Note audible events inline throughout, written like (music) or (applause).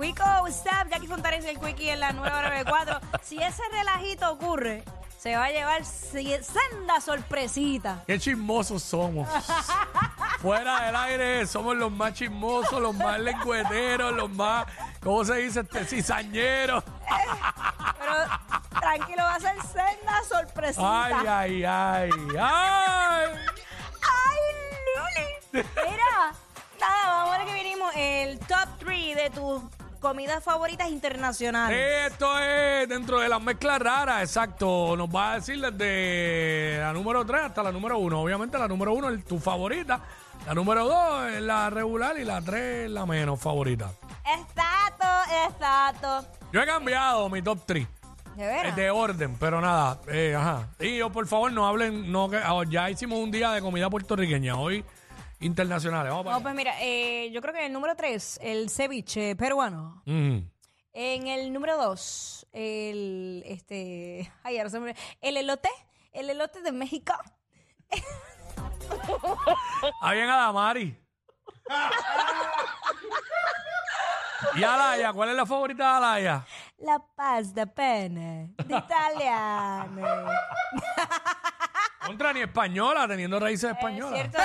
Quico, what's up? Jackie Fontanes y el Quickie en la (laughs) 994. si ese relajito ocurre, se va a llevar si- senda sorpresita. Qué chismosos somos. Fuera del aire somos los más chismosos, los más lengüeteros, los más, ¿cómo se dice? Este, cizañeros. Pero tranquilo, va a ser senda sorpresita. Ay, ay, ay, ay. ¡Ay, Luli! Mira, nada, vamos a ver que vinimos. El top 3 de tus comidas favoritas internacionales. Esto es dentro de las mezclas raras, exacto. Nos va a decir desde la número 3 hasta la número 1. Obviamente la número 1 es tu favorita, la número 2 es la regular y la 3 es la menos favorita. Exacto, exacto. Yo he cambiado mi top 3. De Es veras. de orden, pero nada, eh, ajá. Y yo, por favor, no hablen, no que ah, ya hicimos un día de comida puertorriqueña, hoy internacionales. Vamos para No, pues mira, eh, yo creo que en el número 3, el ceviche peruano. allá. Ujú. En el número dos, el este, ay, ahora se me- el elote, el elote de México. Ah, bien a Damari. (laughs) y Alaya, ¿cuál es la favorita de Alaya? La paz de pene de italiano. Ah, Contra ni española, teniendo raíces españolas. ¿Cierto es?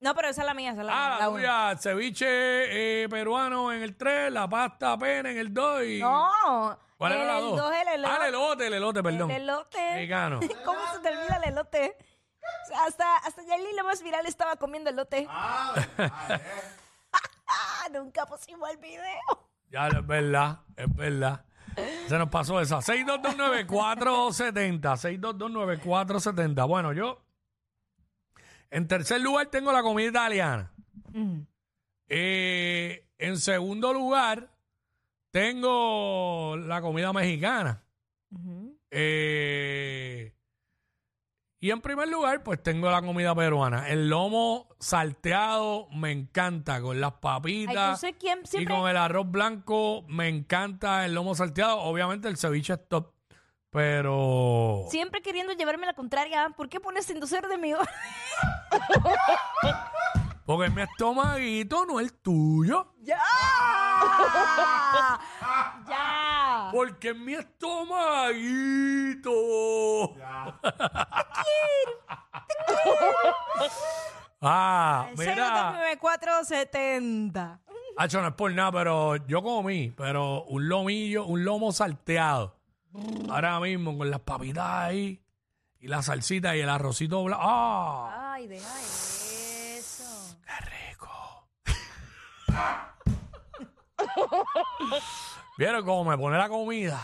No, pero esa es la mía, esa es la, mía, Ah, Eh, la la uno. tuya, ceviche eh, peruano en el 3, la pasta pena en el 2 y... No. ¿Cuál el, era la el 2? dos, el elote. Ah, el elote, el elote, perdón. El elote. Mexicano. (laughs) ¿Cómo se te olvida el elote? O sea, Hasta, hasta Yailin, la más viral, estaba comiendo elote. Ah, (laughs) nunca pusimos el video. Ya, es verdad, es verdad. Se nos pasó esa. 6229470. 6229470. Bueno, yo. En tercer lugar tengo la comida italiana. Mm. Eh, en segundo lugar tengo la comida mexicana. Eh, y en primer lugar, pues tengo la comida peruana. El lomo salteado me encanta con las papitas. Ay, yo sé quién siempre- Y con el arroz blanco me encanta el lomo salteado. Obviamente el ceviche es top, pero... Siempre queriendo llevarme la contraria. ¿Por qué pones sin dudar de mí? (laughs) Porque mi estomaguito no es el tuyo. ¡Ya! Ah. ¡Ya! Porque es mi estomaguito. (laughs) ah, mira. 029470. Hacho, no es por nada, pero yo comí, pero un lomillo, un lomo salteado. Ahora mismo con las papitas ahí y la salsita y el arrocito blanco. ¡Ah! Ay, deja eso. ¡Qué rico! ¿Vieron cómo me pone la comida?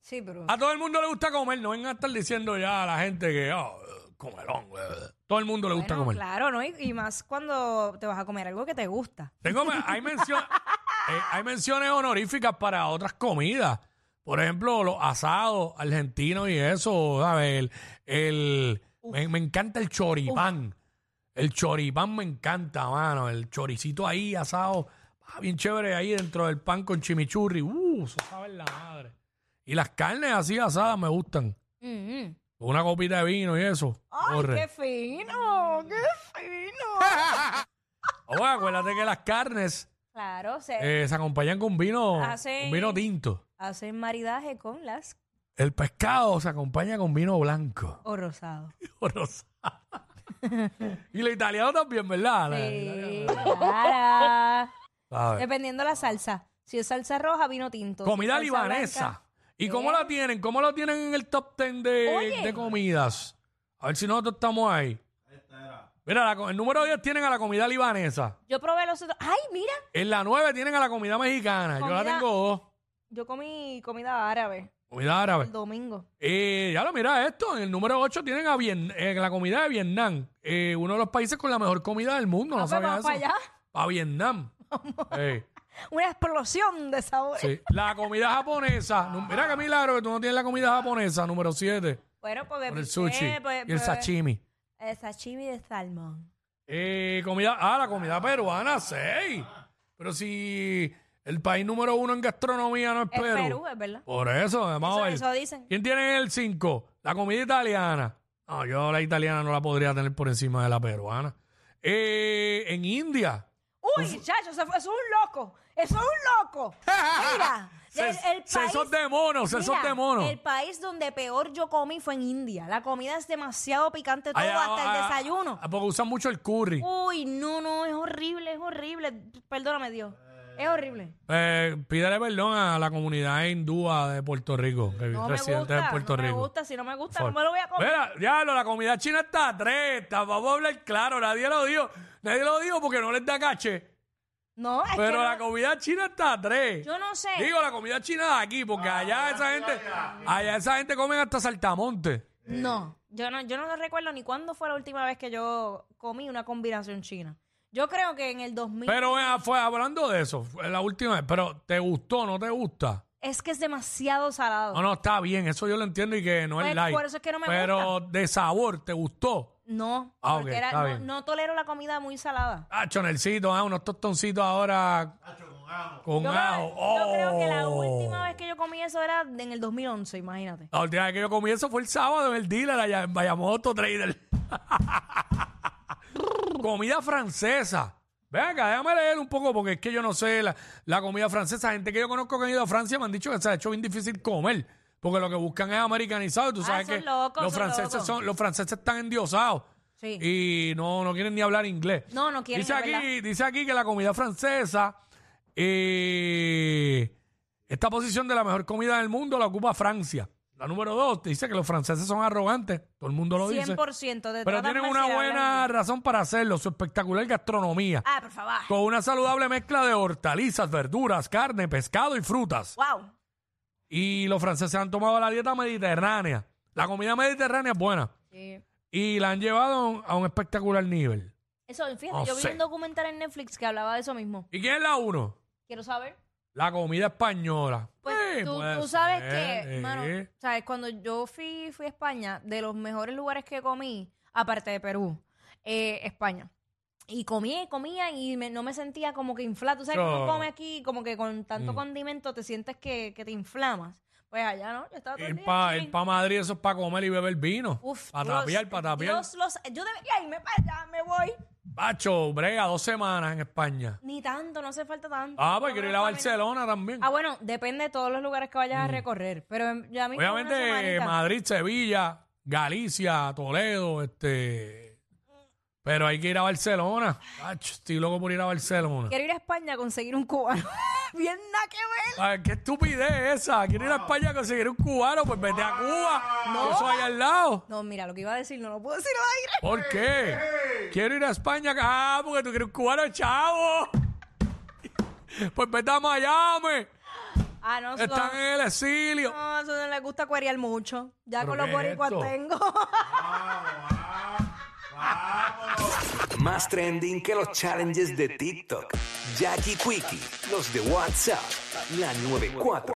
Sí, pero. A todo el mundo le gusta comer, no vengan a estar diciendo ya a la gente que, oh, comerón, güey. Todo el mundo le gusta Bueno, comer. claro, ¿no? Y, y más cuando te vas a comer algo que te gusta. Tengo, me- hay, mencio- eh, hay menciones honoríficas para otras comidas. Por ejemplo, los asados argentinos y eso, ¿sabes? El, el- me, me encanta el choripán. El choripán me encanta, mano. El choricito ahí asado, ah, bien chévere ahí dentro del pan con chimichurri. Uh, eso sabe la madre. Y las carnes así asadas me gustan. Mm. Con Una copita de vino y eso. ¡Ay, corre. qué fino! ¡Qué fino! Ah, bueno, acuérdate que las carnes claro, se eh, se acompañan con vino, Ah, sí. con vino tinto. hacen maridaje con las El pescado se acompaña con vino blanco (laughs) o rosado. (laughs) o rosado. y lo italiano también, ¿verdad? La- Sí, Clara. (laughs) la- ¿sabes? Dependiendo la salsa. Si es salsa roja, vino tinto. Comida Salsa libanesa. blanca. Eh. ¿Y cómo la tienen? ¿Cómo la tienen en el top 10 de, Oye. de comidas? A ver si nosotros estamos ahí. Mira, la co- el número 10 tienen a la comida libanesa. Yo probé los otros. ¡Ay, mira! En la 9 tienen a la comida mexicana. Yo la Comida- tengo dos. Yo comí comida árabe Comida árabe. el domingo. Eh, ya lo mira esto, en el número 8 tienen a Vien- eh, la comida de Vietnam, eh, uno de los países con la mejor comida del mundo, no Ah, pues, sabía vamos eso. para allá. (laughs) para Vietnam. Ey, Una explosión de sabores. sí. La comida japonesa. nu- Mira qué milagro que tú no tienes la comida japonesa, número 7. Bueno, pues Con el eh, sushi pues, y el pues, sashimi. El sashimi de salmón. Eh, comida, ah, la comida peruana, 6. Pero si el país número uno en gastronomía no es Es Perú. Perú, es verdad. Por eso, vamos Eso, a ver. eso dicen. ¿Quién tiene el 5? La comida italiana. No, yo la italiana no la podría tener por encima de la peruana. Eh, en India. Uy, chacho, eso, fue- eso es un loco. Eso es un (laughs) loco. Mira, Se- el, el país. sesos de mono, sesos mira, de mono. El país donde peor yo comí fue en India. La comida es demasiado picante todo, Ay, ah, hasta ah, el desayuno. Uh. ah, Porque usan mucho el curry. Uy, no, no, es horrible, es horrible. Perdóname, Dios. Es horrible. Eh, pídele perdón a la comunidad hindúa de Puerto Rico, que No me residente gusta, de Puerto no Rico. me gusta, si no me gusta, no me lo voy a comer. Mira, diablo, la comida china está a tres. está- Vamos a hablar claro, nadie lo dijo. Nadie lo dijo porque no les da caché. no, es que Pero no- la comida china está a tres. yo no sé. Digo, la comida china de aquí, porque allá esa gente, allá esa gente come hasta saltamonte. No, Eh, yo no, yo no lo recuerdo ni cuándo fue la última vez que yo comí una combinación china. Yo creo que en el 2000. Pero eh, fue hablando de eso, fue la última vez. Pero ¿te gustó no te gusta? es que es demasiado salado. No, no, está bien, eso yo lo entiendo y que no es Pues, light. por eso es que no me Pero de sabor, ¿te gustó? No, Ah, porque ok, era- está no, bien. no tolero la comida muy salada. Ah, chonelcito, ah, unos tostoncitos ahora con ajo. Yo, creo, yo creo que la Oh. última vez que yo comí eso era en el 2011, imagínate. La última vez que yo comí eso fue el sábado en el dealer allá en Bayamoto Trader. (laughs) comida francesa. Ven acá, déjame leer un poco porque es que yo no sé la, la comida francesa. Gente que yo conozco que han ido a Francia me han dicho que se ha hecho bien difícil comer porque lo que buscan es americanizado. y Tú Ah, sabes son que locos, los, son franceses locos. Son, los franceses están endiosados Sí. y no, no quieren ni hablar inglés. No, no quieren, Dice es aquí, verdad. dice aquí que la comida francesa, eh, esta posición de la mejor comida del mundo la ocupa Francia. La número dos, te dice que los franceses son arrogantes, todo el mundo lo dice. 100%. te Pero tratan tienen mal una si le hablas buena inglés. razón para hacerlo, su espectacular gastronomía, Ah, por favor. con una saludable mezcla de hortalizas, verduras, carne, pescado y frutas. Wow. Y los franceses han tomado la dieta mediterránea. La comida mediterránea es buena Sí. y la han llevado a un- a un espectacular nivel. Eso, fíjate, No yo vi sé. un documental en Netflix que hablaba de eso mismo. ¿Y quién es la uno? Quiero saber. La comida española. Pues Eh, tú, puede tú sabes ser, que, eh. mano, sabes, cuando yo fui, fui a España, de los mejores lugares que comí, aparte de Perú, eh, España. Y comía y comía y me- no me sentía como que inflada. Tú sabes que uno Yo- come aquí como que con Mm. tanto condimento te sientes que, que te inflamas. Pues allá, ¿no? Yo estaba todo el Ir día para chilling. Madrid, eso es para comer y beber vino. Uf, para Dios, tapiar, para tapiar. Dios los- yo debería irme para allá, me voy. Pacho, brega, dos semanas en España. Ni tanto, no hace falta tanto. Ah, pues pero quiero ir a Barcelona también. Ah, bueno, depende de todos los lugares que vayas a recorrer. Pero em, ya a mí con una Obviamente, semanita. Madrid, Sevilla, Galicia, Toledo, este. Pero hay que ir a Barcelona. Pacho, estoy loco por ir a Barcelona. Quiero ir a España a conseguir un cubano. (laughs) Bien nada que ver. Ay, Ah, qué estupidez esa. Quiero ir a España a conseguir un cubano, pues vete a Cuba. No. Eso ahí al lado. No, mira, lo que iba a decir no lo puedo decir al aire. ¿Por qué? Quiero ir a España. Ah, porque tú quieres un cubano, chavo. (laughs) Pues vete a Miami. Oh, Ah, no, eso, Están en el exilio. no, eso no le gusta cuerear mucho. Ya ¿Pero con los qué es boricuas esto? tengo. (laughs) Más trending que los challenges de TikTok. Jackie Quickie, los de WhatsApp, la 94.